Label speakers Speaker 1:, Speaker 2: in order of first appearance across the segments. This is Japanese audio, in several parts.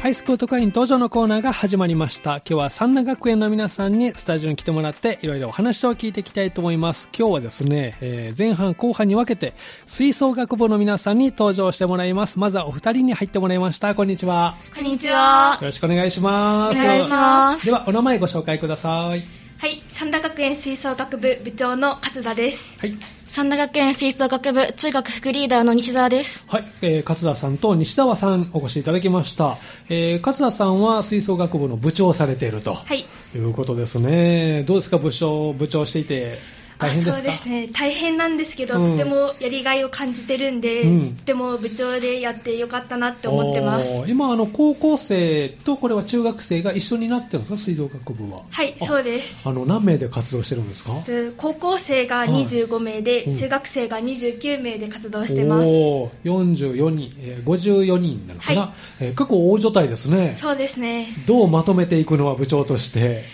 Speaker 1: ハイスクール特派員登場のコーナーが始まりました。今日は三名学園の皆さんにスタジオに来てもらっていろいろお話を聞いていきたいと思います。今日はですね、えー、前半後半に分けて吹奏楽部の皆さんに登場してもらいます。まずはお二人に入ってもらいました。こんにちは。
Speaker 2: こんにちは。
Speaker 1: よろしくお願いします。
Speaker 2: お願いします。
Speaker 1: では、お名前ご紹介ください。
Speaker 3: はい、三田学園吹奏楽部部長の勝田です。
Speaker 1: はい。
Speaker 2: 三田学園吹奏楽部中学副リーダーの西澤です。
Speaker 1: はい、えー、勝田さんと西澤さんお越しいただきました。えー、勝田さんは吹奏楽部の部長をされていると、
Speaker 3: はい、
Speaker 1: いうことですね。どうですか部長部長していて大変ですか。
Speaker 3: そうですね。大変なんですけど、うん、とてもやりがいを感じてるんで、うん、とても部長でやってよかったなって思ってます。
Speaker 1: 今あの高校生とこれは中学生が一緒になってるんですか吹奏楽部は。
Speaker 3: はい、そうです。
Speaker 1: あの何名で活動してるんですか。
Speaker 3: 高校生が25名で、はいうん、中学生が29名で活動してます。
Speaker 1: お44人、えー、54人なのかな、はい、えー、結構大所帯ですね。
Speaker 3: そうですね。
Speaker 1: どうまとめていくのは部長として。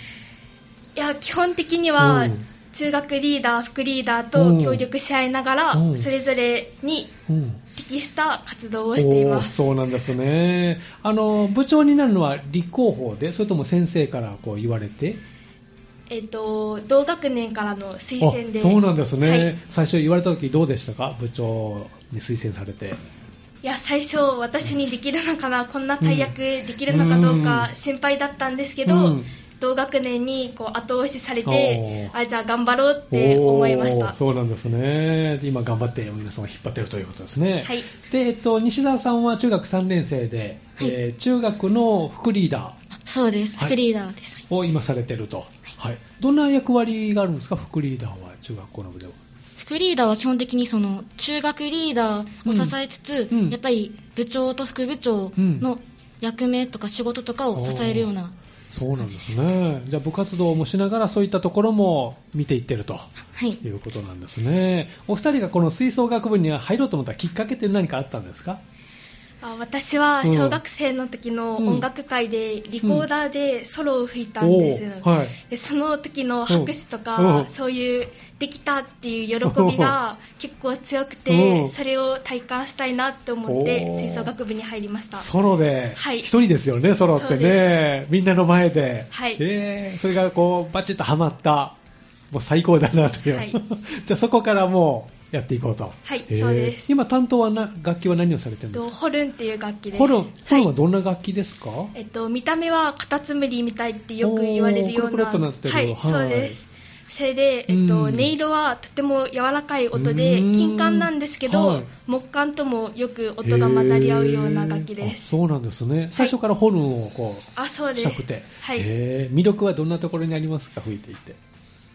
Speaker 3: いや基本的には、うん、中学リーダー副リーダーと協力し合いながら、うん、それぞれに適した活動をしています、
Speaker 1: そうなんですねあの部長になるのは立候補でそれとも先生からこう言われて
Speaker 3: えっ、ー、と同学年からの推薦で
Speaker 1: そうなんですね、はい、最初言われた時どうでしたか部長に推薦されて
Speaker 3: いや最初私にできるのかなこんな大役できるのかどうか心配だったんですけど、うんうん同学年にこう後押しされてあじゃあ頑張ろうって思いました
Speaker 1: そうなんですね今頑張って皆さんを引っ張ってるということですね、
Speaker 3: はい、
Speaker 1: で、えっと、西澤さんは中学3年生で、はい、えー、中学の副リーダー
Speaker 2: そうです、はい、副リーダーです、
Speaker 1: を今されてると、はいどんな役割があるんですか副リーダーは中学校の部では
Speaker 2: 副リーダーは基本的にその中学リーダーを支えつつ、うんうん、やっぱり部長と副部長の役目とか仕事とかを支えるような、うん
Speaker 1: そうなんですね。じゃあ部活動もしながらそういったところも見ていってると、
Speaker 2: はい、
Speaker 1: いうことなんですね。お二人がこの吹奏楽部に入ろうと思ったきっかけって何かあったんですか
Speaker 3: あ私は小学生の時の音楽会でリコーダーでソロを吹いたんです、うんうんはい、でその時の拍手とかそういうできたっていう喜びが結構強くてそれを体感したいなと思って吹奏楽部に入りました
Speaker 1: ソロで、はい、一人ですよねソロってねみんなの前で、
Speaker 3: はい、
Speaker 1: えー、それがこうバチッとはまったもう最高だなという、はい、 じゃあそこからもうやっていこうと。
Speaker 3: はい、えー、そうです。
Speaker 1: 今担当はな楽器は何をされてるんですか。
Speaker 3: ホルンっていう楽器です。
Speaker 1: ホルン、ホルンはどんな楽器ですか。はい、
Speaker 3: えっと見た目はカタツムリみたいってよく言われるような。
Speaker 1: なはい、
Speaker 3: はい、そうです。それで、えっと、音色はとても柔らかい音で金管なんですけど、はい、木管ともよく音が混ざり合うような楽器です
Speaker 1: そうなんですね最初からホルンをこう、
Speaker 3: あそうです
Speaker 1: したくて、
Speaker 3: はい、
Speaker 1: えー、魅力はどんなところにありますか吹いていて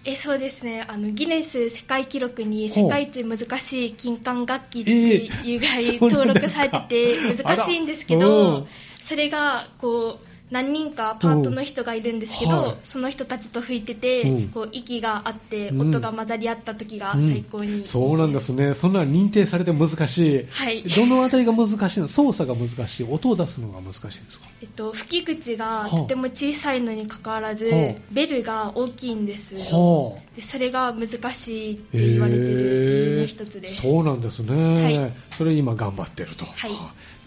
Speaker 3: えそうですねあのギネス世界記録に世界一難しい金管楽器っていう ぐらい登録されてて難しいんですけど、それがこう何人かパートの人がいるんですけど、その人たちと吹いてて、こう息があって音が混ざり合った時が最高に、うんうん、
Speaker 1: そうなんですねそんな認定されて難しい、
Speaker 3: はい、
Speaker 1: どのあたりが難しいの操作が難しい音を出すのが難しいんですか
Speaker 3: えっと、吹き口がとても小さいのにかかわらず、はあ、ベルが大きいんです、
Speaker 1: は
Speaker 3: あ、でそれが難しいって言われてる理由の一つです、
Speaker 1: えー、そうなんですね、
Speaker 3: はい、
Speaker 1: それ今頑張ってると、
Speaker 3: はい、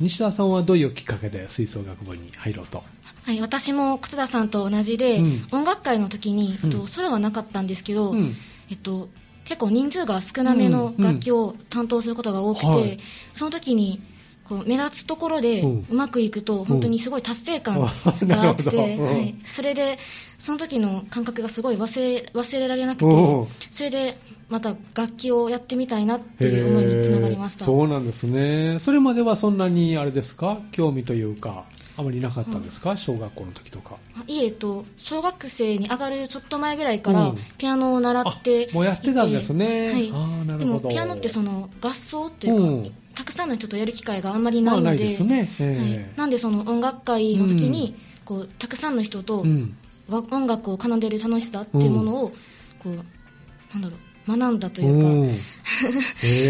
Speaker 1: 西田さんはどういうきっかけで吹奏楽部に入ろうと
Speaker 2: はい、私も勝田さんと同じで、うん、音楽会の時に、えっと、ソロはなかったんですけど、うん、えっと、結構人数が少なめの楽器を担当することが多くて、うんはい、その時にこう目立つところでうまくいくと本当にすごい達成感があって、はい、それでその時の感覚がすごい忘れ忘れられなくてそれでまた楽器をやってみたいなっていう思いにつながりました
Speaker 1: そうなんですねそれまではそんなにあれですか興味というかあまりなかったんですか、うん、小学校の時とか
Speaker 2: いえっと小学生に上がるちょっと前ぐらいからピアノを習って
Speaker 1: もうやってたんですね、
Speaker 2: はい、あでもピアノってその合奏というか、うんたくさんの人とやる機会があんまりない
Speaker 1: まあな
Speaker 2: ので,
Speaker 1: でねえ
Speaker 2: ー、はい、なんでその音楽会の時に、うん、こうたくさんの人と、うん、音楽を奏でる楽しさっていうものを、こうなんだろう学んだというか、うん、
Speaker 1: え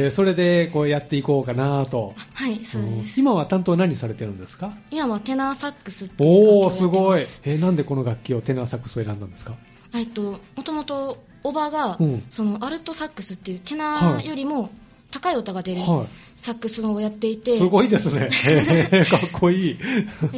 Speaker 1: ー、それでこうやっていこうかなと
Speaker 2: はいそうです、
Speaker 1: 今は担当何されてるんですか
Speaker 2: 今はテナーサックスって
Speaker 1: おおすごい、えー、なんでこの楽器をテナーサックスを選んだんですか
Speaker 2: えっともともとおばが、そのアルトサックスっていうテナーよりも、高い音が出る、はい、サックスをやっていて
Speaker 1: すごいです ね、へーかっこいい。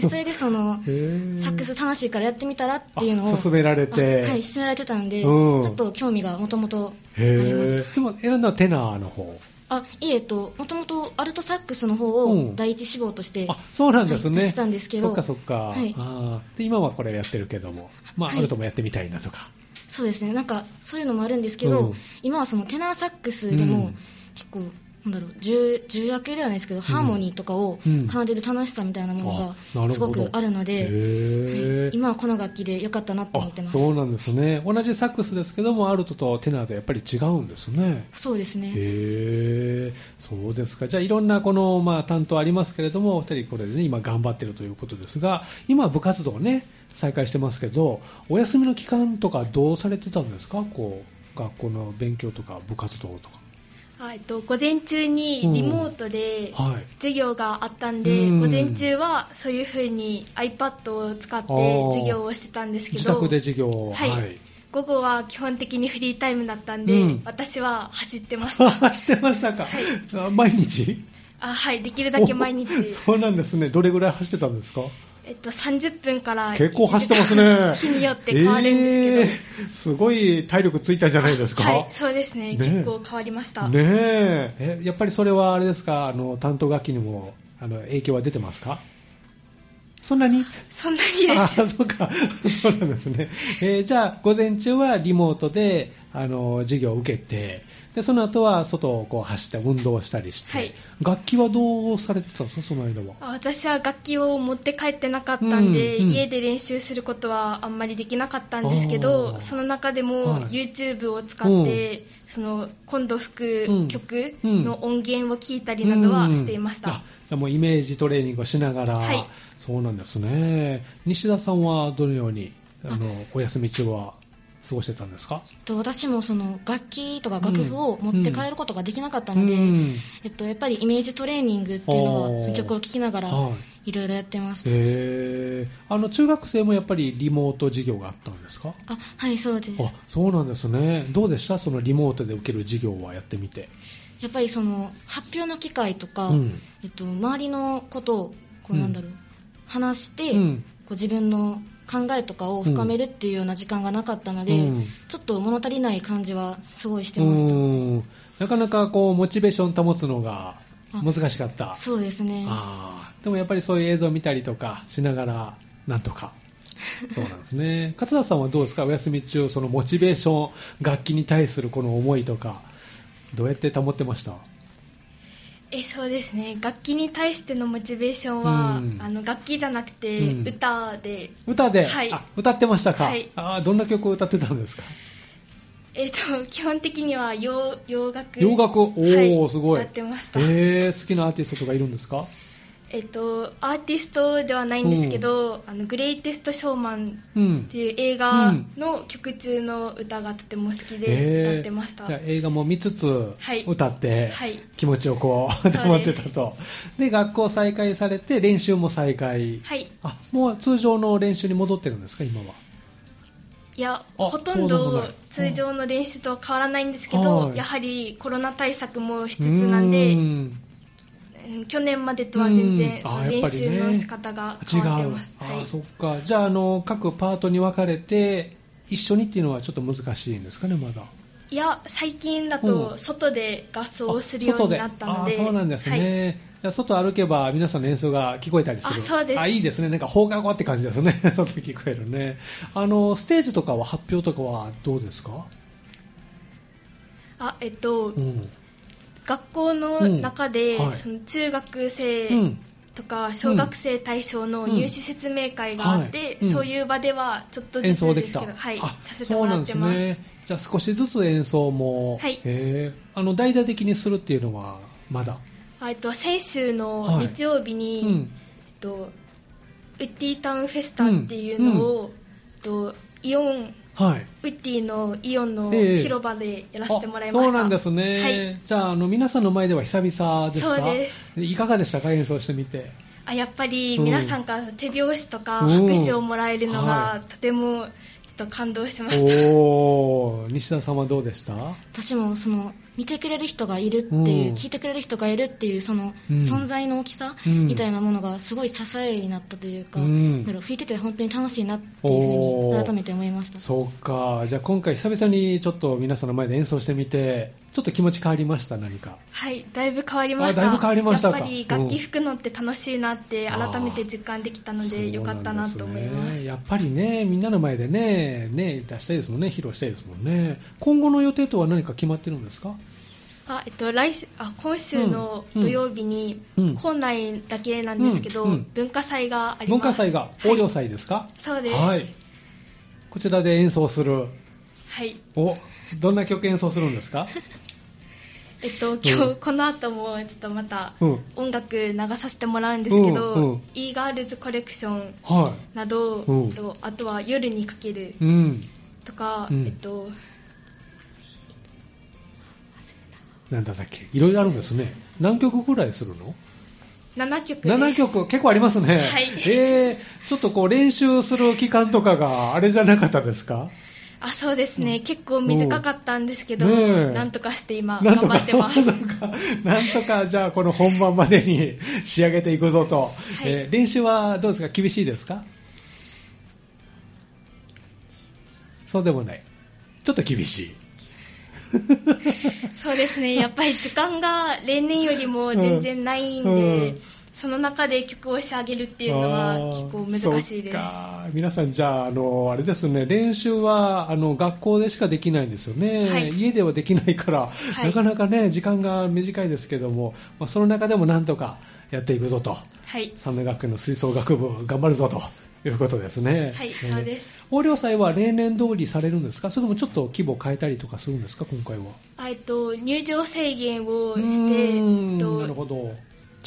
Speaker 2: でそれでその
Speaker 1: へー
Speaker 2: サックス楽しいからやってみたらっていうのを
Speaker 1: あ勧められて
Speaker 2: あはい勧められてたんで、
Speaker 1: うん
Speaker 2: ちょっと興味がもともとあ
Speaker 1: へ
Speaker 2: りました
Speaker 1: ーでも選んだのはテナーの方
Speaker 2: あいええっともともとアルトサックスの方
Speaker 1: うん
Speaker 2: を第一志望として、
Speaker 1: あそうなんですね、
Speaker 2: はいやってたんですけど
Speaker 1: そっかそっか、
Speaker 2: はい
Speaker 1: あーで今はこれやってるけども、まあ
Speaker 2: はい
Speaker 1: あるともやってみたいなとか
Speaker 2: そうですねなんかそういうのもあるんですけど、
Speaker 1: うん
Speaker 2: 今はそのテナーサックスでも、
Speaker 1: うん
Speaker 2: 結構なんだろう重重役ではないですけど、ハーモニーとかを
Speaker 1: うん
Speaker 2: 奏でる楽しさみたいなも
Speaker 1: あな
Speaker 2: の
Speaker 1: るほ
Speaker 2: が
Speaker 1: ど
Speaker 2: すごくあるの
Speaker 1: へ
Speaker 2: で、
Speaker 1: ー
Speaker 2: 今はこの楽器で良かったなと思って
Speaker 1: あ
Speaker 2: ます
Speaker 1: そうなんですね同じサックスですけどもアルトとテナーとやっぱり違うんですね
Speaker 2: そうですね
Speaker 1: へえそうですかじゃあいろんなこの、まあ、担当ありますけれどもお二人これで、ね、今頑張ってるということですが今部活動ね再開してますけどお休みの期間とかどうされてたんですかこう学校の勉強とか部活動とか
Speaker 3: あえっと、午前中にリモートで
Speaker 1: はい
Speaker 3: 授業があったんで、
Speaker 1: うん
Speaker 3: 午前中はそういうふうに iPad を使って
Speaker 1: あー
Speaker 3: 授業をしてたんですけ
Speaker 1: 自
Speaker 3: ど
Speaker 1: 宅で授業を
Speaker 3: はい
Speaker 1: はい
Speaker 3: 午後は基本的にフリータイムだったんで、
Speaker 1: うん
Speaker 3: 私は走って ました
Speaker 1: してましたか、あ毎日
Speaker 3: あはいできるだけ毎日
Speaker 1: おそうなんですねどれぐらい走ってたんですか
Speaker 3: えっと、30分から
Speaker 1: 結構走ってますね
Speaker 3: 日によって変わるんですけど、
Speaker 1: えーすごい体力ついたんじゃないですか、
Speaker 3: はいそうですね
Speaker 1: ね
Speaker 3: 結構変わりました、
Speaker 1: ねええやっぱりそれはあれですかあの担当楽器にもあの影響は出てますかそんなに
Speaker 3: そんなにで
Speaker 1: あ
Speaker 3: す
Speaker 1: ーそうかそうなんですね、えーじゃあ午前中はリモートであの授業を受けてでその後は外をこう走って運動したりして、
Speaker 3: はい
Speaker 1: 楽器はどうされてたんですかその間は
Speaker 3: あ私は楽器を持って帰ってなかったんで、
Speaker 1: うんうん
Speaker 3: 家で練習することはあんまりできなかったんですけど
Speaker 1: あー
Speaker 3: その中で
Speaker 1: は
Speaker 3: も
Speaker 1: い
Speaker 3: YouTube を使って、その今度吹
Speaker 1: うん
Speaker 3: く曲の音源を聞いたりなどはしていました、
Speaker 1: うんあでもイメージトレーニングをしながら、
Speaker 3: はい
Speaker 1: そうなんですね西田さんはどのようにあのお休み中は過ごしてたんですか
Speaker 2: と私もその楽器とか楽譜を持って帰ることができなかった
Speaker 1: う
Speaker 2: ので、
Speaker 1: ん
Speaker 2: えっと、やっぱりイメージトレーニングっていうの
Speaker 1: あー
Speaker 2: はその曲を聴きながら
Speaker 1: はい
Speaker 2: ろいろやってま
Speaker 1: い
Speaker 2: す
Speaker 1: へえあの中学生もやっぱりリモート授業があったんですか
Speaker 2: あはいそうです
Speaker 1: あそうなんですねどうでしたそのリモートで受ける授業はやってみて
Speaker 2: やっぱりその発表の機会とか、
Speaker 1: うん
Speaker 2: えっと、周りのことを
Speaker 1: う
Speaker 2: こうんなんだろう、話して、
Speaker 1: うん
Speaker 2: こう自分の考えとかを深めるっていうような時間がなかったので、
Speaker 1: うん
Speaker 2: ちょっと物足りない感じはすごいしてました、
Speaker 1: うんなかなかこうモチベーション保つのが難しかった
Speaker 2: そうですね
Speaker 1: あーでもやっぱりそういう映像を見たりとかしながらなんと かそうなんですね勝田さんはどうですかお休み中そのモチベーション楽器に対するこの思いとかどうやって保ってました
Speaker 3: えそうですね楽器に対してのモチベーションは、
Speaker 1: うん
Speaker 3: あの楽器じゃなくて、
Speaker 1: うん
Speaker 3: 歌で
Speaker 1: 歌で、
Speaker 3: はい
Speaker 1: あ歌ってましたか、
Speaker 3: はい
Speaker 1: あーどんな曲を歌ってたんですか
Speaker 3: えっと基本的には洋洋楽
Speaker 1: 洋楽おー
Speaker 3: はい
Speaker 1: すごい
Speaker 3: 歌ってました、
Speaker 1: えー、好きなアーティストとかいるんですか
Speaker 3: えっとアーティストではないんですけど、あのグレイテストショーマン
Speaker 1: うん
Speaker 3: っていう映画の曲中の歌がとても好きで歌ってました、
Speaker 1: じゃあ映画も見つつ
Speaker 3: はい
Speaker 1: 歌って、
Speaker 3: はい
Speaker 1: 気持ちをこう
Speaker 3: です
Speaker 1: 保ってたとで学校再開されて練習も再開、
Speaker 3: はい
Speaker 1: あもう通常の練習に戻ってるんですか今はい
Speaker 3: や
Speaker 1: あ
Speaker 3: ほとん
Speaker 1: そうでもな
Speaker 3: ど
Speaker 1: い
Speaker 3: 通常の練習とは変わらないんですけ
Speaker 1: う
Speaker 3: ど
Speaker 1: ん
Speaker 3: やはりコロナ対策もしつつなん
Speaker 1: う
Speaker 3: で
Speaker 1: ーん
Speaker 3: うん去年までとは全
Speaker 1: うん
Speaker 3: 然そ
Speaker 1: あ
Speaker 3: の
Speaker 1: やっぱ
Speaker 3: 練
Speaker 1: り
Speaker 3: 習
Speaker 1: ね
Speaker 3: の仕方が
Speaker 1: 違
Speaker 3: 変わって
Speaker 1: う
Speaker 3: ます、
Speaker 1: あ、
Speaker 3: はい
Speaker 1: そっかじゃああの各パートに分かれて一緒にっていうのはちょっと難しいんですかねまだ
Speaker 3: いや最近だ
Speaker 1: う
Speaker 3: と
Speaker 1: ん
Speaker 3: 外で合奏をするよ
Speaker 1: あ
Speaker 3: う
Speaker 1: 外
Speaker 3: になったので
Speaker 1: あそうなんです
Speaker 3: はい
Speaker 1: ね、じゃあ外歩けば皆さんの演奏が聞こえたりする
Speaker 3: あそうです
Speaker 1: いいですねなんか放課後って感じですね 外聞こえるねあのステージとかは発表とかはどうですか、
Speaker 3: あえっと
Speaker 1: うん
Speaker 3: 学校の中で、
Speaker 1: うんはい
Speaker 3: その中学
Speaker 1: う
Speaker 3: 生
Speaker 1: ん、
Speaker 3: とか小学生対象の入試説明会があって、
Speaker 1: うんはい
Speaker 3: そういう場ではちょっとず
Speaker 1: 演
Speaker 3: つ
Speaker 1: 奏で
Speaker 3: で
Speaker 1: き
Speaker 3: す
Speaker 1: た
Speaker 3: けど、はい、
Speaker 1: あ
Speaker 3: させて
Speaker 1: そ
Speaker 3: も
Speaker 1: うな
Speaker 3: ら
Speaker 1: ん
Speaker 3: っ
Speaker 1: で
Speaker 3: て
Speaker 1: す
Speaker 3: ます
Speaker 1: ねじゃあ少しずつ演奏も、
Speaker 3: はい
Speaker 1: へーあの代打的にするっていうのはまだ、
Speaker 3: あえっと、先週の
Speaker 1: はい
Speaker 3: 日曜日に、
Speaker 1: うん
Speaker 3: えっと、ウッディタウンフェスタっていうのを、えっと、イオン
Speaker 1: はい
Speaker 3: ウッディのイオンの
Speaker 1: ええ
Speaker 3: 広場でやらせてもらいました、
Speaker 1: あそうなんですね、
Speaker 3: はい
Speaker 1: じゃああの皆さんの前では久々ですか
Speaker 3: そうです
Speaker 1: いかがでしたか演奏してみて
Speaker 3: あやっぱり皆さんから手拍子とか
Speaker 1: うん
Speaker 3: 拍手をもらえるの
Speaker 1: う
Speaker 3: が
Speaker 1: ん
Speaker 3: とてもちょっと感動しました、
Speaker 1: おお西田さんはどうでした
Speaker 2: 私もその見てくれる人がいるっていう、
Speaker 1: うん
Speaker 2: 聞いてくれる人がいるっていうその
Speaker 1: うん
Speaker 2: 存在の大きさ
Speaker 1: うん
Speaker 2: みたいなものがすごい支えになったというか、
Speaker 1: うん
Speaker 2: だから吹いてて本当に楽しいなっていうふうに改めて思いました
Speaker 1: そうかじゃあ今回久々にちょっと皆さんの前で演奏してみてちょっと気持ち変わりました何か
Speaker 3: はい、だいぶ変わりました。
Speaker 1: あだいぶ変わりましたか
Speaker 3: やっぱり楽器吹くのって楽しいなって
Speaker 1: うん
Speaker 3: 改めて実感できたの
Speaker 1: そう
Speaker 3: でよかったなと思い
Speaker 1: なん
Speaker 3: ま。
Speaker 1: ですね、やっぱりねみんなの前でねね出したいですもんね披露したいですもんね今後の予定とは何か決まってるんですか
Speaker 3: あ、えっと来週あ今週の
Speaker 1: うん
Speaker 3: 土曜日に、
Speaker 1: うん
Speaker 3: 校内だけなんですけど、
Speaker 1: うんうん
Speaker 3: 文化祭があります。
Speaker 1: 文化祭が
Speaker 3: はい
Speaker 1: 横領祭ですか、
Speaker 3: そうです。
Speaker 1: はい、こちらで演奏する
Speaker 3: はい
Speaker 1: おどんな曲演奏するんです か
Speaker 3: えっと今日この後もちょっとまた
Speaker 1: うん
Speaker 3: 音楽流させてもらうんですけど、
Speaker 1: うんうん
Speaker 3: e ガールズコレクション
Speaker 1: は
Speaker 3: など、
Speaker 1: うん
Speaker 3: えっとあとは夜にかける
Speaker 1: いうん
Speaker 3: とか、
Speaker 1: うん
Speaker 3: えっと
Speaker 1: なんだったっけいろいろあるんですね何曲ぐらいするの
Speaker 3: 7曲です
Speaker 1: 7曲結構ありますね、
Speaker 3: はい
Speaker 1: えーちょっとこう練習する期間とかがあれじゃなかったですか
Speaker 3: あそうですね、結構短かったんですけど、
Speaker 1: ねえ
Speaker 3: なんとかして今
Speaker 1: なん
Speaker 3: 頑
Speaker 1: とか
Speaker 3: 張ってます
Speaker 1: そうかなんとかじゃあこの本番までに 仕上げていくぞと、えー練習はどうですか厳しいですかそうでもないちょっと厳しい
Speaker 3: そうですねやっぱり時間が例年よりも全然ないんで、
Speaker 1: うん
Speaker 3: その中で曲を仕上げるっていうのは結構難しいです
Speaker 1: あーそっか皆さんじゃああのあれですね練習はあの学校でしかできないんですよね、
Speaker 3: はい
Speaker 1: 家ではできないから、
Speaker 3: い
Speaker 1: なかなかね時間が短いですけども、まあ、その中でもなんとかやっていくぞと
Speaker 3: はい
Speaker 1: 三大学院の吹奏楽部頑張るぞということですね
Speaker 3: はい
Speaker 1: ね
Speaker 3: そうです
Speaker 1: 横領祭は例年通りされるんですかそれともちょっと規模を変えたりとかするんですか今回は
Speaker 3: あえっと入場制限を
Speaker 1: う
Speaker 3: して
Speaker 1: ー
Speaker 3: え
Speaker 1: ん
Speaker 3: っ
Speaker 1: なるほ
Speaker 3: と
Speaker 1: ど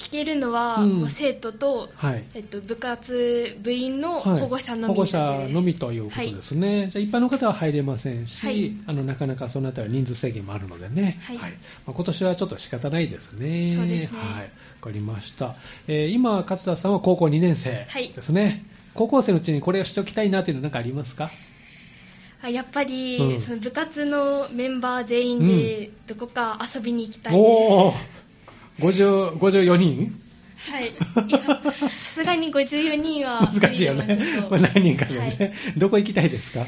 Speaker 3: 聞けるのは、
Speaker 1: うん
Speaker 3: もう生徒と、
Speaker 1: はい
Speaker 3: えっと、部活部員の
Speaker 1: はい
Speaker 3: 保護者の
Speaker 1: 保
Speaker 3: みだけ
Speaker 1: 護
Speaker 3: です、
Speaker 1: 者のみということですね、じゃあ一般の方は入れませんし、
Speaker 3: はい
Speaker 1: あのなかなかそのあたりは人数制限もあるのでね、
Speaker 3: はい
Speaker 1: まあ、今年はちょっと仕方ないですね
Speaker 3: そうですね
Speaker 1: はい、わかりました、えー今勝田さんは高校2年生
Speaker 3: はい
Speaker 1: ですね、高校生のうちにこれをしておきたいなというのは何かありますか
Speaker 3: あやっぱり、
Speaker 1: うん
Speaker 3: その部活のメンバー全員でどこか遊びに行きたいです、
Speaker 1: おお50 54人
Speaker 3: はい。い やさすがに54人は。
Speaker 1: 難しいよね
Speaker 3: ちょっ、と
Speaker 1: まあ、何人かでね、
Speaker 3: はい
Speaker 1: どこ行きたいですか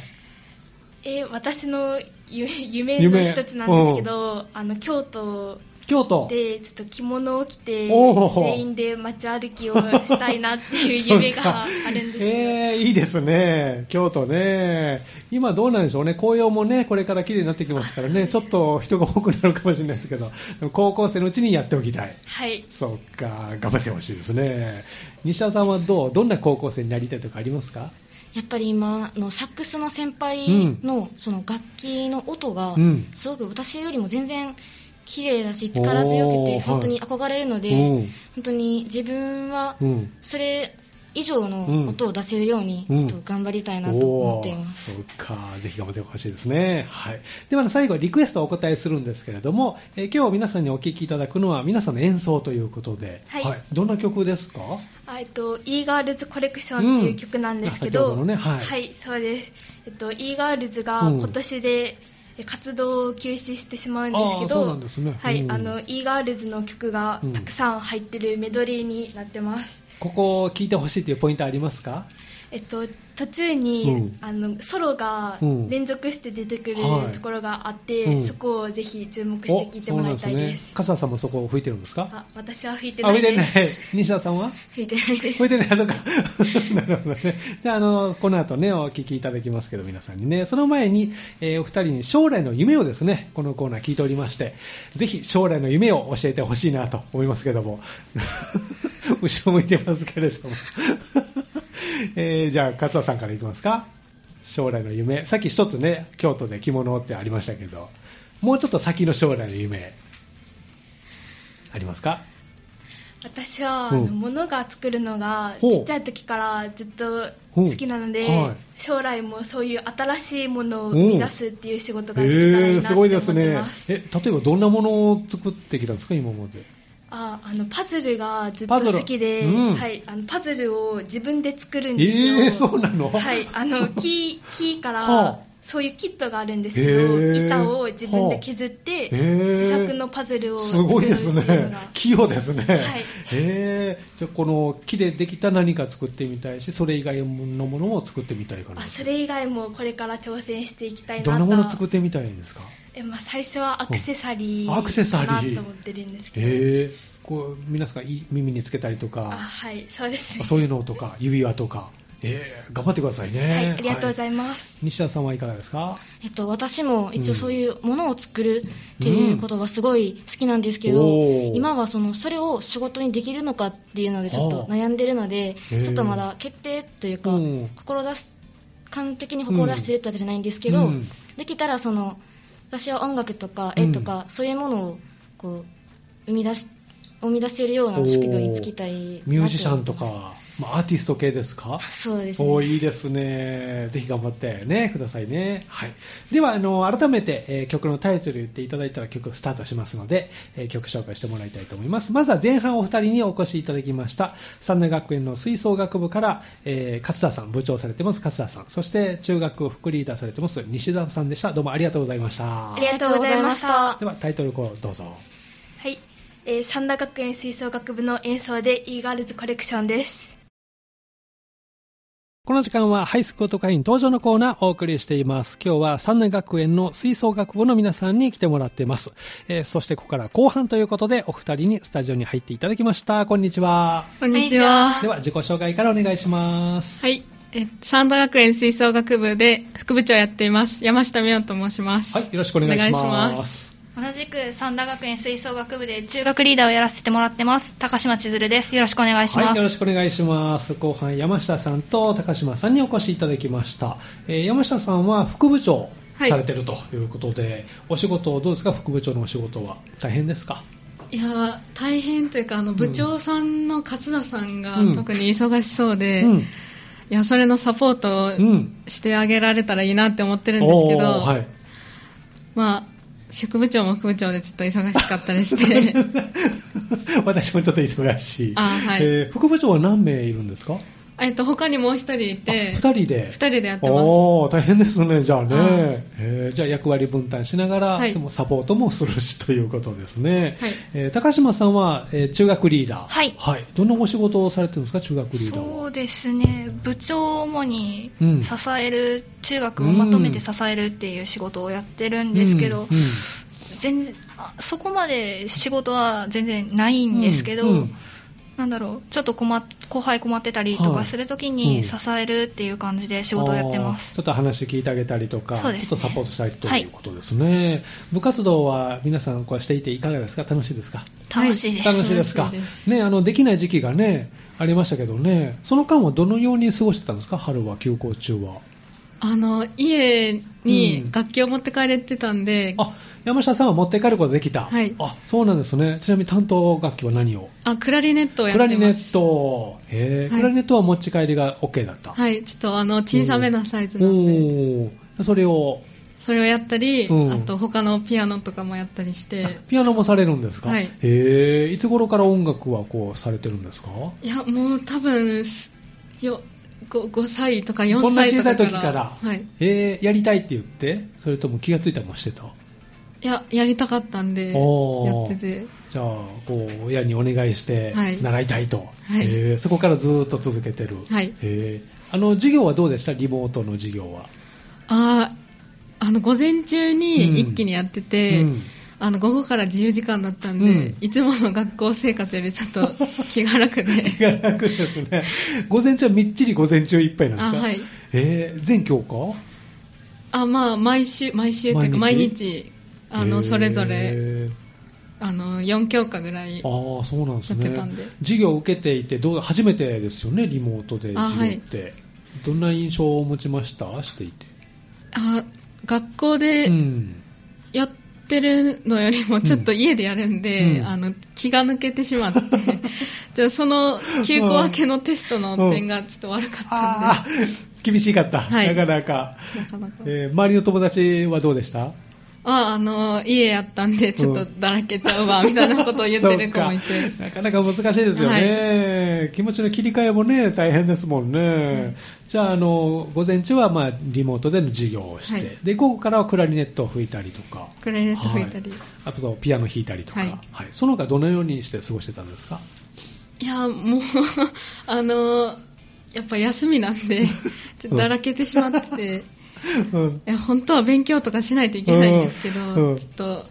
Speaker 3: えー私の夢夢の一つなんですけど、あの京都
Speaker 1: 京都
Speaker 3: でちょっと着物を着て
Speaker 1: おー
Speaker 3: 全員で街歩きをしたいなっていう夢があるんですけど、
Speaker 1: えー、いいですね、京都ね、今どうなんでしょうね、紅葉もね、これから綺麗になってきますからね、ちょっと人が多くなるかもしれないですけど、でも高校生のうちにやっておきたい、
Speaker 3: はい。
Speaker 1: そっか、頑張ってほしいですね、西田さんはどう、どんな高校生になりたいとかありますか、
Speaker 2: やっぱり今あのサックスの先輩のその楽器の音が
Speaker 1: うん
Speaker 2: すごく私よりも全然綺麗だし力強く
Speaker 1: おーはい
Speaker 2: て本当に憧れるので
Speaker 1: うん
Speaker 2: 本当に自分は
Speaker 1: うん
Speaker 2: それ以上の音を出せるように
Speaker 1: うん
Speaker 2: ちょっと頑張りたいなと思っています
Speaker 1: おーそうか、ぜひ頑張ってほしいですね。はい。では、最後、リクエストをお答えするんですけれども、えー今日皆さんにお聞きいただくのは、皆さんの演奏ということで、
Speaker 3: はい
Speaker 1: どんな曲ですか
Speaker 3: あえっと、e ガールズコレクションっていう曲なんですけ
Speaker 1: うんあ先ほ
Speaker 3: ど、
Speaker 1: どのねはい
Speaker 3: そうです。えっと、e ガールズが
Speaker 1: うん
Speaker 3: 今年でえ活動を休止してしまうんですけ
Speaker 1: あー
Speaker 3: ど、
Speaker 1: そうなんですね
Speaker 3: はい、
Speaker 1: うん
Speaker 3: あの、e ガールズの曲がたくさん入ってるメドレーになってます。
Speaker 1: ここを聞いてほしいというポイントありますか
Speaker 3: えっと、途中に、
Speaker 1: う
Speaker 3: あのソロが
Speaker 1: うん
Speaker 3: 連続して出てくる
Speaker 1: はい
Speaker 3: ところがあって、
Speaker 1: うん
Speaker 3: そこをぜひ注目して聴いてもらいた
Speaker 1: おそう
Speaker 3: い
Speaker 1: なん
Speaker 3: で
Speaker 1: です
Speaker 3: す。
Speaker 1: 笠原さんもそこを吹いてるんですか
Speaker 3: あ、私は吹いて
Speaker 1: あ
Speaker 3: な
Speaker 1: 吹
Speaker 3: い
Speaker 1: いて
Speaker 3: で
Speaker 1: な
Speaker 3: す。
Speaker 1: い。西田さんは
Speaker 2: 吹いてないです
Speaker 1: 吹いてない、あ、そっか。 なるほどね。じゃあ、あの、この後ね、お聞きいただきますけど、皆さんにね、その前に、えーお二人に将来の夢をですね、このコーナー聞いておりまして、ぜひ将来の夢を教えてほしいなと思いますけども、 後ろ向いてますけれども。 えーじゃあ、勝田さんからいきますか。将来の夢。さっき一つね、京都で着物ってありましたけど、もうちょっと先の将来の夢、ありますか
Speaker 3: 私は、
Speaker 1: うん
Speaker 3: あの物が作るのが
Speaker 1: ほう
Speaker 3: ちっちゃい時からずっと好きなので、
Speaker 1: ほうはい
Speaker 3: 将来もそういう新しいものを生み出すっていう仕事ができたらいい
Speaker 1: え
Speaker 3: な
Speaker 1: ー、
Speaker 3: って
Speaker 1: す
Speaker 3: 思
Speaker 1: ご
Speaker 3: っ
Speaker 1: い
Speaker 3: て
Speaker 1: で
Speaker 3: ますす,、
Speaker 1: ねえ例えばどんなものを作ってきたんですか今まで
Speaker 3: ああのパズルがずっ
Speaker 1: パ
Speaker 3: と
Speaker 1: ズル
Speaker 3: 好きで、
Speaker 1: うん
Speaker 3: はい、あのパズルを自分で作るんです よ、
Speaker 1: えー、そうなの、
Speaker 3: はい、あの木木か
Speaker 1: はあ
Speaker 3: らそういうキットがあるんですけど板を自分で削って自作のパズルを、
Speaker 1: すごいですね器用ですね、はいへじゃあこの木でできた何か作ってみたいしそれ以外のものも作ってみたいかな
Speaker 3: あそれ以外もこれから挑戦していきたいな
Speaker 1: どんなもの作ってみたいですか
Speaker 3: え、まあ、最初はアクセサリー
Speaker 1: アクセサリ
Speaker 3: ーと思ってるんですけど、
Speaker 1: えこう皆さん耳につけたりとか
Speaker 3: はいそうですね、
Speaker 1: そういうのとか指輪とかえー、頑張ってくださいね、はい
Speaker 3: ありがとうございます、
Speaker 1: はい、西田さんはいかがですか、
Speaker 2: えっと、私も一応そういうものを作るっていうことはすごい好きなんですけど、うん、今はそのそれを仕事にできるのかっていうのでちょっと悩んでるのでちょっとまだ決定というか、うん、志完璧に志してるってわけじゃないんですけど、うん、できたらその私は音楽とか絵とか、そういうものをこう生み出し生み出せるような職業に就きたい
Speaker 1: ミュージシャンとかまあ、アーティスト系ですか
Speaker 2: そうです
Speaker 1: ね。おいいですね。ぜひ頑張ってね、くださいね。はい。では、あの、改めて、えー、曲のタイトル言っていただいたら曲スタートしますので、えー、曲紹介してもらいたいと思います。まずは前半お二人にお越しいただきました、三大学園の吹奏楽部から、えー、勝田さん、部長されてます勝田さん、そして中学副リーダーされてます西田さんでした。どうもありがとうございました。
Speaker 3: ありがとうございました。
Speaker 1: では、タイトルコールどうぞ。
Speaker 3: はい。えー、三田学園吹奏楽部の演奏で e ガールズコレクションです。
Speaker 1: この時間はハイスクート会員登場のコーナーをお送りしています。今日は三内学園の吹奏楽部の皆さんに来てもらっています。えー、そしてここから後半ということでお二人にスタジオに入っていただきました。こんにちは。
Speaker 4: こんにちは。
Speaker 1: では自己紹介からお願いします。
Speaker 4: はい。え、三田学園吹奏楽部で副部長やっています。山下美音と申します。
Speaker 1: はい。よろしくお願いします。、
Speaker 5: 同じく三田学園吹奏楽部で中学リーダーをやらせてもらってます高島千鶴ですよろしくお願いします、はい
Speaker 1: よろしくお願いします後半山下さんと高島さんにお越しいただきました、えー、山下さんは副部長されてるということで、はい、お仕事どうですか副部長のお仕事は大変ですか
Speaker 4: いや大変というかあの部長さんの勝田さんが特に忙しそうで、うんうん、いやそれのサポートをしてあげられたらいいなって思ってるんですけど、うんはい、まあ職部長も副部長でちょっと忙しかったりして
Speaker 1: 私もちょっと忙しい
Speaker 4: あ、はい
Speaker 1: えー、副部長は何名いるんですか
Speaker 4: えっと他にもう一人いて
Speaker 1: 二人で
Speaker 4: 二人でやってます
Speaker 1: お大変ですねじゃあね、あえー、じゃあ役割分担しながら、はい、でもサポートもするしということですね、
Speaker 4: はい、
Speaker 1: えー、高島さんは、えー、中学リーダー
Speaker 5: はい、
Speaker 1: はい、どんなお仕事をされてるんですか中学リーダー
Speaker 5: そうですね部長を主に支える、うん、中学をまとめて支えるっていう仕事をやってるんですけど、うんうん、全然そこまで仕事は全然ないんですけど、なんだろうちょっと困後輩困ってたりとかするときに支えるっていう感じで仕事をやってま
Speaker 1: はい
Speaker 5: す、
Speaker 1: うん、ちょっと話聞いてあげたりとか、
Speaker 5: ね、
Speaker 1: ちょっとサポートしたりということですね、はい、部活動は皆さんこうしていていかがですか楽しいですか
Speaker 5: 楽しいです、
Speaker 1: 楽しいですかねあのできない時期がねありましたけどねその間はどのように過ごしてたんですか春は休校中は
Speaker 4: あの家に楽器を持って帰れてたんで、
Speaker 1: うん、あ山下さんは持って帰ることができた、
Speaker 4: はい、
Speaker 1: あそうなんですねちなみに担当楽器は何を
Speaker 4: あクラリネットをやって
Speaker 1: ますクラリネットへえ、はい、クラリネットは持ち帰りが OK だった
Speaker 4: はいちょっとあの小さめなサイズなんで、
Speaker 1: うん、それを
Speaker 4: それをやったり、うん、あと他のピアノとかもやったりして
Speaker 1: ピアノもされるんですか、
Speaker 4: はい、へ
Speaker 1: えいつ頃から音楽はこうされてるんですか
Speaker 4: いやもう多分よ 5, 5歳とか4歳
Speaker 1: とかそんな小さい時から、
Speaker 4: はい、
Speaker 1: えー、やりたいって言ってそれとも気が付いたりもしてた
Speaker 4: いややりたかったんでやってて
Speaker 1: じゃあこう親にお願いして習いたいと、
Speaker 4: はい、
Speaker 1: えー、そこからずっと続けてる、
Speaker 4: はい
Speaker 1: えー、あの授業はどうでしたリモートの授業は
Speaker 4: ああの午前中に一気にやってて、うんうんあの午後から自由時間だったんで、うん、いつもの学校生活よりちょっと気が楽で
Speaker 1: 気が楽ですね午前中はみっちり午前中いっぱいなんです
Speaker 4: かはい、
Speaker 1: えー、全教科
Speaker 4: あまあ毎週毎週というか毎日あのそれぞれあの4教科ぐらいやってたんであそうなんですね
Speaker 1: 授業を受けていてどう初めてですよねリモートで授業って、はい、どんな印象を持ちましたしていて
Speaker 4: あ学校でやっ、うんてるのよりもちょっと家でやるんで、うん、あの気が抜けてしまって じゃその休校明けのテストの点がちょっと悪かったんで、
Speaker 1: 厳しかった、、
Speaker 4: はい
Speaker 1: なかなかなかなか、えー、周りの友達はどうでした
Speaker 4: ああの家やったんでちょっとだらけちゃうわ、みたいなことを言ってる子も いて
Speaker 1: なかなか難しいですよね、はい、気持ちの切り替えもね大変ですもんね、うん、じゃああの午前中は、まあ、リモートでの授業をして、はい、で午後からはクラリネットを吹いたりとか
Speaker 4: クラリネット吹いたり、はい、
Speaker 1: あとピアノ弾いたりとか、はいその他どのようにして過ごしてたんです か
Speaker 4: いやもう あのやっぱ休みなん でちょっとだらけてしまって。うん、いや本当は勉強とかしないといけないんですけど、うんうん、ちょっと、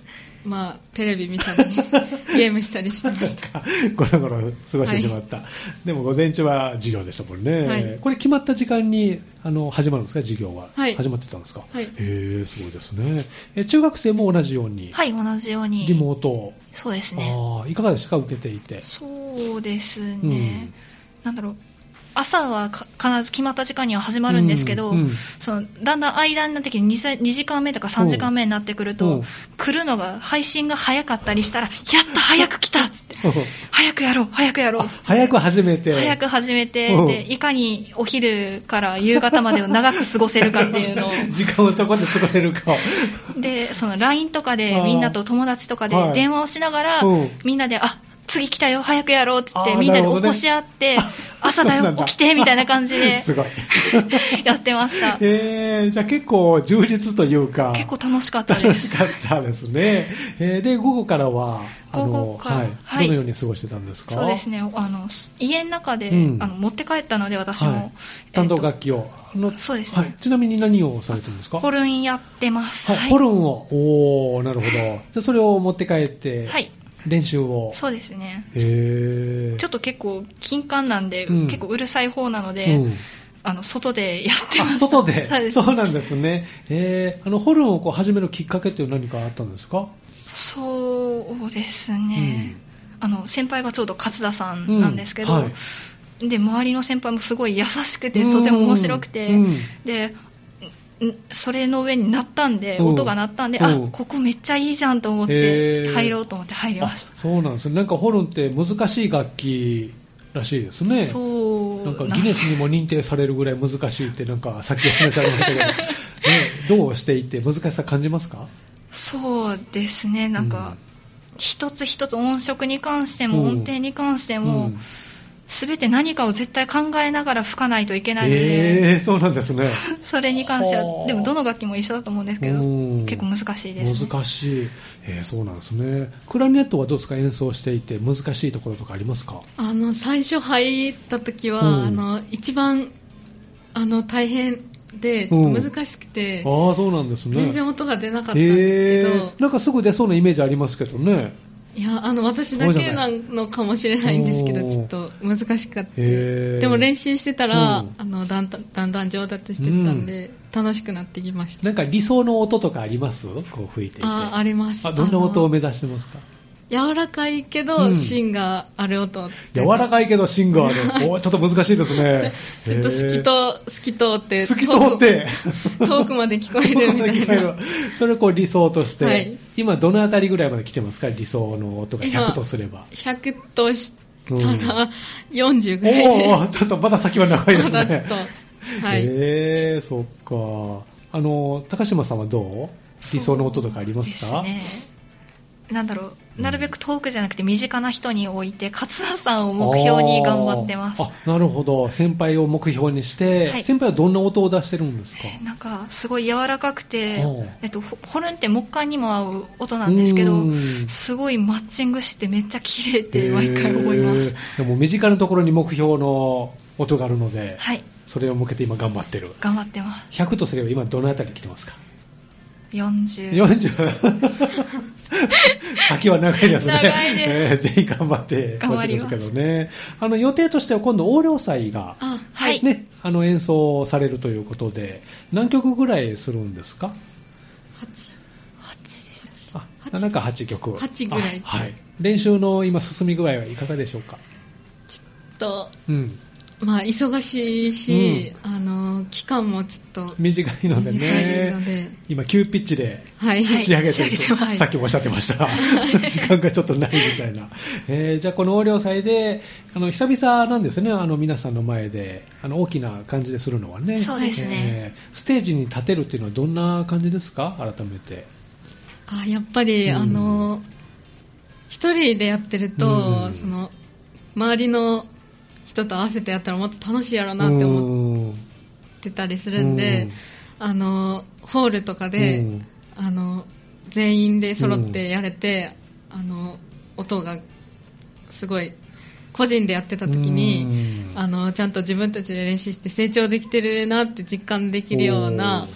Speaker 4: まあ、テレビ見たり ゲームしたりしてま した
Speaker 1: ゴロゴロ過ごしてしまった、はい、でも午前中は授業でしたもんね、はい、これ決まった時間にあの始まるんですか授業は、はい、始まってたんですか、はい、へえすごいですねえ中学生も同じように
Speaker 3: はい同じように
Speaker 1: リモート
Speaker 3: そうですね
Speaker 1: あいかがでしたか受けていて
Speaker 3: そうですね、なんだろう朝は必ず決まった時間には始まるんですけど、うんうん、そのだんだん間になってきて 2, 2時間目とか3時間目になってくる と来るのが配信が早かったりしたらやった早く来たっつって早くやろう早くやろうっつって
Speaker 1: 早く始めて
Speaker 3: 早く始めてでいかにお昼から夕方までを長く過ごせるかっていうのを
Speaker 1: 時間をそこで過ごせるか
Speaker 3: でその LINE とかでみんなと友達とかで電話をしながら、はい、みんなであ次来たよ、早くやろうって言って、みんなで起こし合って、ね、 朝だよ、起きてみたいな感じで、
Speaker 1: すごい
Speaker 3: やってました。
Speaker 1: えー、じゃあ結構充実というか、
Speaker 3: 結構楽しかったです。
Speaker 1: 楽しかったですね。えー、で、午後からは、
Speaker 3: 午後から、はい
Speaker 1: はい、どのように過ごしてたんですか
Speaker 3: そうですね、あの家の中で、うん、あの持って帰ったので、私も。はい、
Speaker 1: 担当楽器を。
Speaker 3: そうですね、はい、
Speaker 1: ちなみに何をされてるんですか
Speaker 3: ホルンやってます。
Speaker 1: ホルンを、おおなるほど。じゃそれを持って帰って、
Speaker 3: はい。
Speaker 1: 練習を
Speaker 3: そうですね
Speaker 1: ち
Speaker 3: ょっと結構金管なんで、うん、結構うるさい方なので、うん、あの外でやってます
Speaker 1: 外でそうなんですねえー、あのホルンをこう始めるきっかけっていう何かあったんですか
Speaker 3: そうですね、うん、あの先輩がちょうど勝田さんなんですけど、はい、で周りの先輩もすごい優しくてとても面白くて、でそれの上に鳴ったんで、音が鳴ったんで、あここめっちゃいいじゃんと思って、入ろうと思って入りました
Speaker 1: そうなんですね、なんかホルンって難しい楽器らしいですね、
Speaker 3: そう
Speaker 1: なんかギネスにも認定されるぐらい難しいって、なんかさっきお話ありましたけど、ね、どうしていて、難しさ感じますか
Speaker 3: そうですね、なんか、うん、一つ一つ音色に関しても、音程に関しても、うん全て何かを絶対考えながら吹かないといけないので、
Speaker 1: えー、そうなんですね
Speaker 3: それに関してはでもどの楽器も一緒だと思うんですけど結構難しいです、
Speaker 1: ね、難しい、えー、そうなんですねクラリネットはどうですか演奏していて難しいところとかありますか
Speaker 4: あの最初入った時は、うん、あの一番あの大変でちょっと難しくて、
Speaker 1: うん、あそうなんですね
Speaker 4: 全然音が出なかったんですけど、え
Speaker 1: ー、なんかすぐ出そうなイメージありますけどね
Speaker 4: いやあの私だけなのかもしれないんですけどちょっと難しかった、えー、でも練習してたら、うん、あのだんだんだんだん上達していったんで、うん、楽しくなってきました
Speaker 1: なんか理想の音とかありますこう吹いていて
Speaker 4: ああります
Speaker 1: どんな音を目指してますか
Speaker 4: 柔らかいけど芯がある音、うん、
Speaker 1: 柔らかいけど芯があるおちょっと難しいですね
Speaker 4: ちょっと透きと透き通って
Speaker 1: 透き通って
Speaker 4: 遠くまで聞こえるみた いな
Speaker 1: それこう理想として、はい、今どのあたりぐらいまで来てますか理想の音が100とすれば
Speaker 4: 100としたら40ぐらいで、
Speaker 1: うん、ちょっとまだ先は長いですねまだ
Speaker 4: ちょっとはい
Speaker 1: えー、そっかあの高島さんはどう理想の音とかありますか
Speaker 3: なんだろう、なるべく遠くじゃなくて身近な人に置いて、勝田さんを目標に頑張ってます。
Speaker 1: あなるほど。先輩を目標にして、はい、先輩はどんな音を出してるんですか、
Speaker 3: えー、なんか、すごい柔らかくて、えっと、ホルンって木管にも合う音なんですけど、すごいマッチングしてめっちゃ綺麗って毎回思います。
Speaker 1: えー、でも、身近なところに目標の音があるので、
Speaker 3: はい、
Speaker 1: それを向けて今頑張ってる。
Speaker 3: 頑張ってます。
Speaker 1: 100とすれば今どのあたり来てますか
Speaker 3: 40,
Speaker 1: 40先は長いですね
Speaker 3: 長い
Speaker 1: えー、ぜひ頑張ってほしいですけどねあの予定としては今度横領祭が、
Speaker 3: はい、
Speaker 1: ね、あの演奏されるということで何曲ぐらいするんですか
Speaker 4: 8, 8です
Speaker 1: あなんか8曲
Speaker 4: 8ぐらい、
Speaker 1: はい、練習の今進み具合はいかがでしょうか
Speaker 4: ちょっと、
Speaker 1: うん
Speaker 4: まあ、忙しいし、うん、あの期間もちょっと
Speaker 1: 短いのでね今急ピッチで仕上げて,、はい、さっきもおっしゃってました、はい、時間がちょっとないみたいな、えー、じゃあこの横領祭であの久々なんですねあの皆さんの前であの大きな感じでするのはね
Speaker 3: そうです
Speaker 1: え
Speaker 3: ね、
Speaker 1: ー、ステージに立てるっていうのはどんな感じですか改めて
Speaker 4: あやっぱり、あの一人でやってると、その周りの人と合わせてやったらもっと楽しいやろうなって思ってたりするんで、あのホールとかで、あの全員で揃ってやれて、あの音がすごい個人でやってた時に、あのちゃんと自分たちで練習して成長できてるなって実感できるような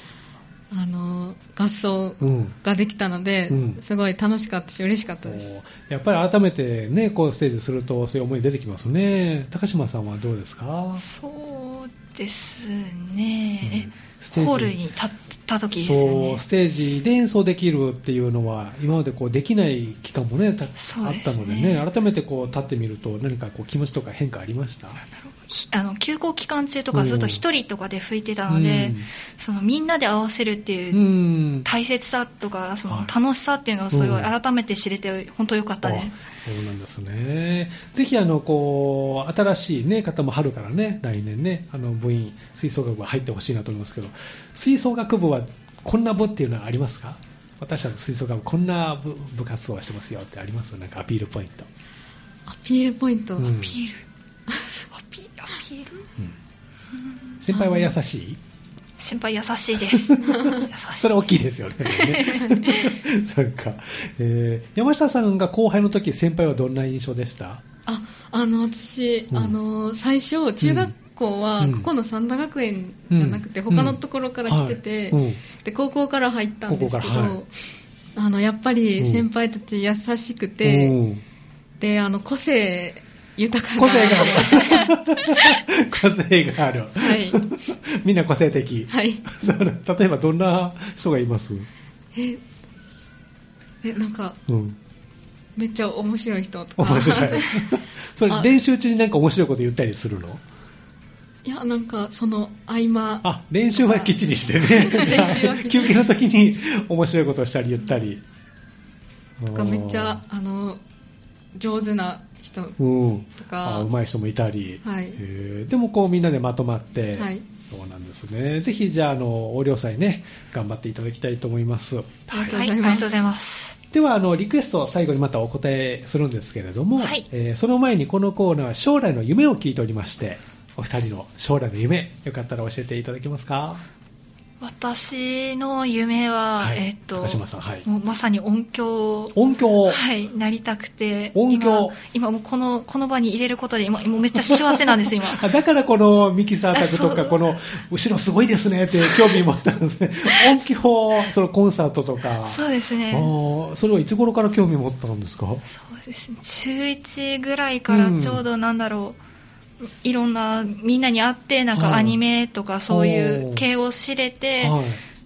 Speaker 4: あの合奏ができたので、うんうん、すごい楽しかったし嬉しかったです
Speaker 1: やっぱり改めて、ね、こうステージするとそういう思い出てきますね高島さんはどうですか
Speaker 5: そうですね、うん、ホールに立った時ですね
Speaker 1: ステージで演奏できるっていうのは今までこうできない期間もね、ね、あったのでね改めてこう立ってみると何かこう気持ちとか変化ありました
Speaker 5: あの休校期間中とかずっと一人とかで吹いてたので、うん、そのみんなで合わせるっていう大切さとか、うん、その楽しさっていうのをすごい改めて知れて本当良かったね、
Speaker 1: うん、そうなんですねぜひあのこう新しい、ね、方も春からね来年ねあの部員吹奏楽部入ってほしいなと思いますけど吹奏楽部はこんな部っていうのはありますか私たち吹奏楽部こんな部部活動はしてますよってありますなんかアピールポイント
Speaker 4: アピールポイント、ア
Speaker 5: ピール
Speaker 1: 先輩は優しい
Speaker 5: 先輩優しいです、
Speaker 1: それ大きいですよね そか、えー、山下さんが後輩の時先輩はどんな印象でした
Speaker 4: ああの私、うん、あの最初中学校は、うん、ここの三田学園じゃなくて、うん、他のところから来てて、はい、で高校から入ったんですけど、はい、あのやっぱり先輩たち優しくて、であの個性豊かな
Speaker 1: 個性がある 個性がある、
Speaker 4: はい、
Speaker 1: みんな個性的、
Speaker 4: はい、
Speaker 1: 例えばどんな人がいます
Speaker 4: ええなんか、
Speaker 1: うん、
Speaker 4: めっちゃ面白い人と
Speaker 1: か面白いそれ練習中になんか面白いこと言ったりするの
Speaker 4: いやなんかその合間
Speaker 1: あ練習はきっちりして ね休憩の時に面白いことをしたり言ったり
Speaker 4: とかめっちゃあの上手な人とか、
Speaker 1: うん、うまい人もいたり、
Speaker 4: はい、
Speaker 1: えー、でもこうみんなでまとまって、
Speaker 4: はい、
Speaker 1: そうなんですねぜひじゃああの横領祭ね頑張っていただきたいと思いますはい
Speaker 5: はい、ありがとうございます
Speaker 1: ではあのリクエスト最後にまたお答えするんですけれども、はい、えー、その前にこのコーナーは将来の夢を聞いておりましてお二人の将来の夢よかったら教えていただけますか
Speaker 5: 私の夢は、はい、えっと、
Speaker 1: はい、
Speaker 5: もうまさに音響
Speaker 1: 音響
Speaker 5: はい、なりたくて、
Speaker 1: 音響
Speaker 5: 今、今もこの、この場に入れることで、今、もうめっちゃ幸せなんです、 今。
Speaker 1: だからこのミキサー宅とか、この、後ろすごいですねって興味持ったんですね。音響、そのコンサートとか。
Speaker 5: そうですね。
Speaker 1: あそれはいつ頃から興味持ったんですか
Speaker 5: そうですね。中1ぐらいからちょうどなんだろう、うんいろんなみんなに会ってなんかアニメとかそういう系を知れて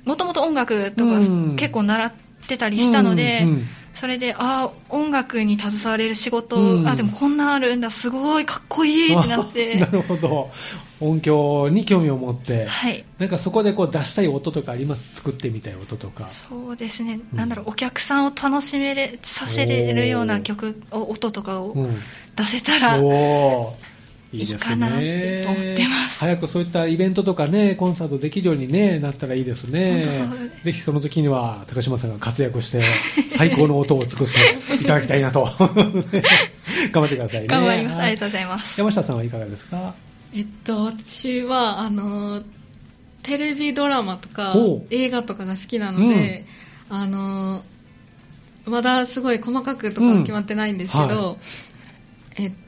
Speaker 5: もともと音楽とか結構習ってたりしたので、それでああ音楽に携われる仕事、あでもこんなあるんだすごいかっこいいってなっ て
Speaker 1: なるほど音響に興味を持って、
Speaker 5: はい、
Speaker 1: なんかそこでこう出したい音とかあります作ってみたい音とか
Speaker 5: そうですね、うん、なんだろうお客さんを楽しめれさせれるような曲音とかを出せたら、うん、お
Speaker 1: いいですね早くそういったイベントとかねコンサートできるように、ね、なったらいいですねぜひその時には高島さんが活躍して最高の音を作っていただきたいな と頑張ってくださいね
Speaker 5: 頑張りますありがとうございます
Speaker 1: 山下さんはいかがですか
Speaker 4: えっと私はあのテレビドラマとか映画とかが好きなので、うん、あのまだすごい細かくとかは決まってないんですけど、うんはい、えっと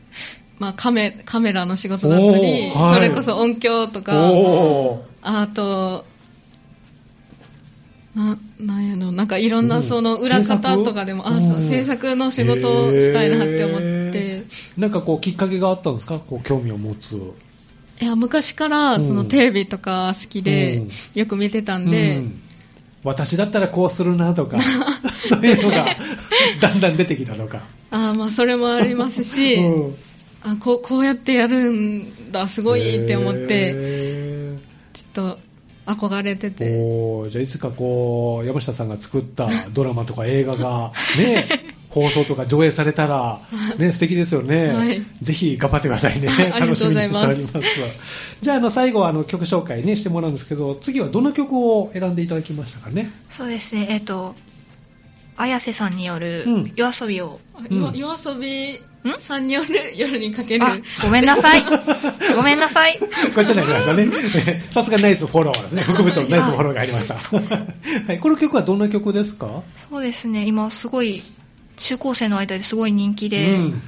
Speaker 4: まあ、カメカメラの仕事だったり、はい、それこそ音響とかあとななんやろなんかいろんなその裏方とかでも、うん、制作あ制作の仕事をしたいなって思って
Speaker 1: なんかこうきっかけがあったんですかこう興味を持つ
Speaker 4: いや昔からそのテレビとか好きで、よく見てたんで、うんうん
Speaker 1: 私だったらこうするな とかそういうのがだんだん出てきたとか
Speaker 4: あまあそれもありますし、 うん、あこうこうやってやるんだすごいって思ってちょっと憧れてて
Speaker 1: おじゃあいつかこう山下さんが作ったドラマとか映画がね 放送とか上映されたら、ね、素敵ですよね、
Speaker 4: はい、
Speaker 1: ぜひ頑張ってくださいね楽しみにしておりますじゃああの最後はあの曲紹介、ね、してもらうんですけど次はどの曲を選んでいただきましたかね
Speaker 5: そうですねえっ、ー、と綾瀬さんによる夜遊びを、
Speaker 4: うん、夜遊びさんによる夜にかける
Speaker 5: ごめんなさいごめんなさい
Speaker 1: こういったのありましたね さすがナイスフォローですね副部長のナイスフォローがありました、 はい、この曲はどんな曲ですか
Speaker 5: そうですね今すごい中高生の間ですごい人気で、うん、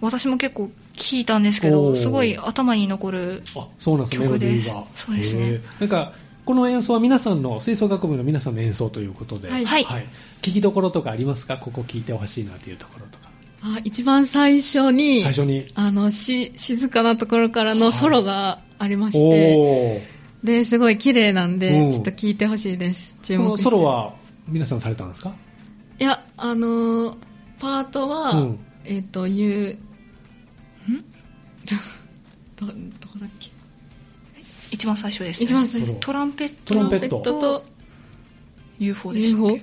Speaker 5: 私も結構聞いたんですけどすごい頭に残る曲ですそうですね
Speaker 1: なんかこの演奏は皆さんの吹奏楽部の皆さんの演奏ということで、はい、はい、聞きどころとかありますかここ聞いてほしいなというところとか
Speaker 4: あ一番最初に
Speaker 1: 最初に
Speaker 4: あのし静かなところからのソロがありまして、はい、ですごい綺麗なんでちょっと聞いてほしいです注目
Speaker 1: ソロは皆さんされたんですか
Speaker 4: いやあのパートは、うん、えっ、ー、といううん どどこだっけ
Speaker 5: 一番最初です、ね、
Speaker 4: 一番最初
Speaker 5: トランペット
Speaker 1: トランペット
Speaker 4: と
Speaker 5: UFO でした
Speaker 4: UFO?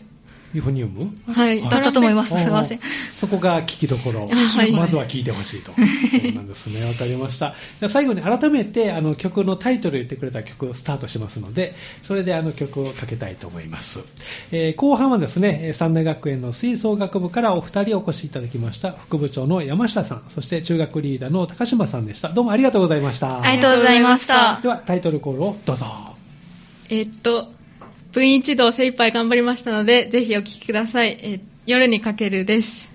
Speaker 1: ユーフォニウム
Speaker 4: はい、
Speaker 5: だったと思います。 すみません。
Speaker 1: そこが聞きどころ。はい、まずは聞いてほしいと。そうなんです ね。わかりました。最後に改めて、あの曲のタイトル言ってくれた曲をスタートしますので、それであの曲をかけたいと思います。えー、後半はですね、三大学園の吹奏楽部からお二人お越しいただきました、副部長の山下さん、そして中学リーダーの高島さんでした。どうもありがとうございました。
Speaker 5: ありがとうございました。
Speaker 1: では、タイトルコールをどうぞ。
Speaker 4: えー、っと、分一同精一杯頑張りましたので、ぜひお聴きください。え夜にかけるです。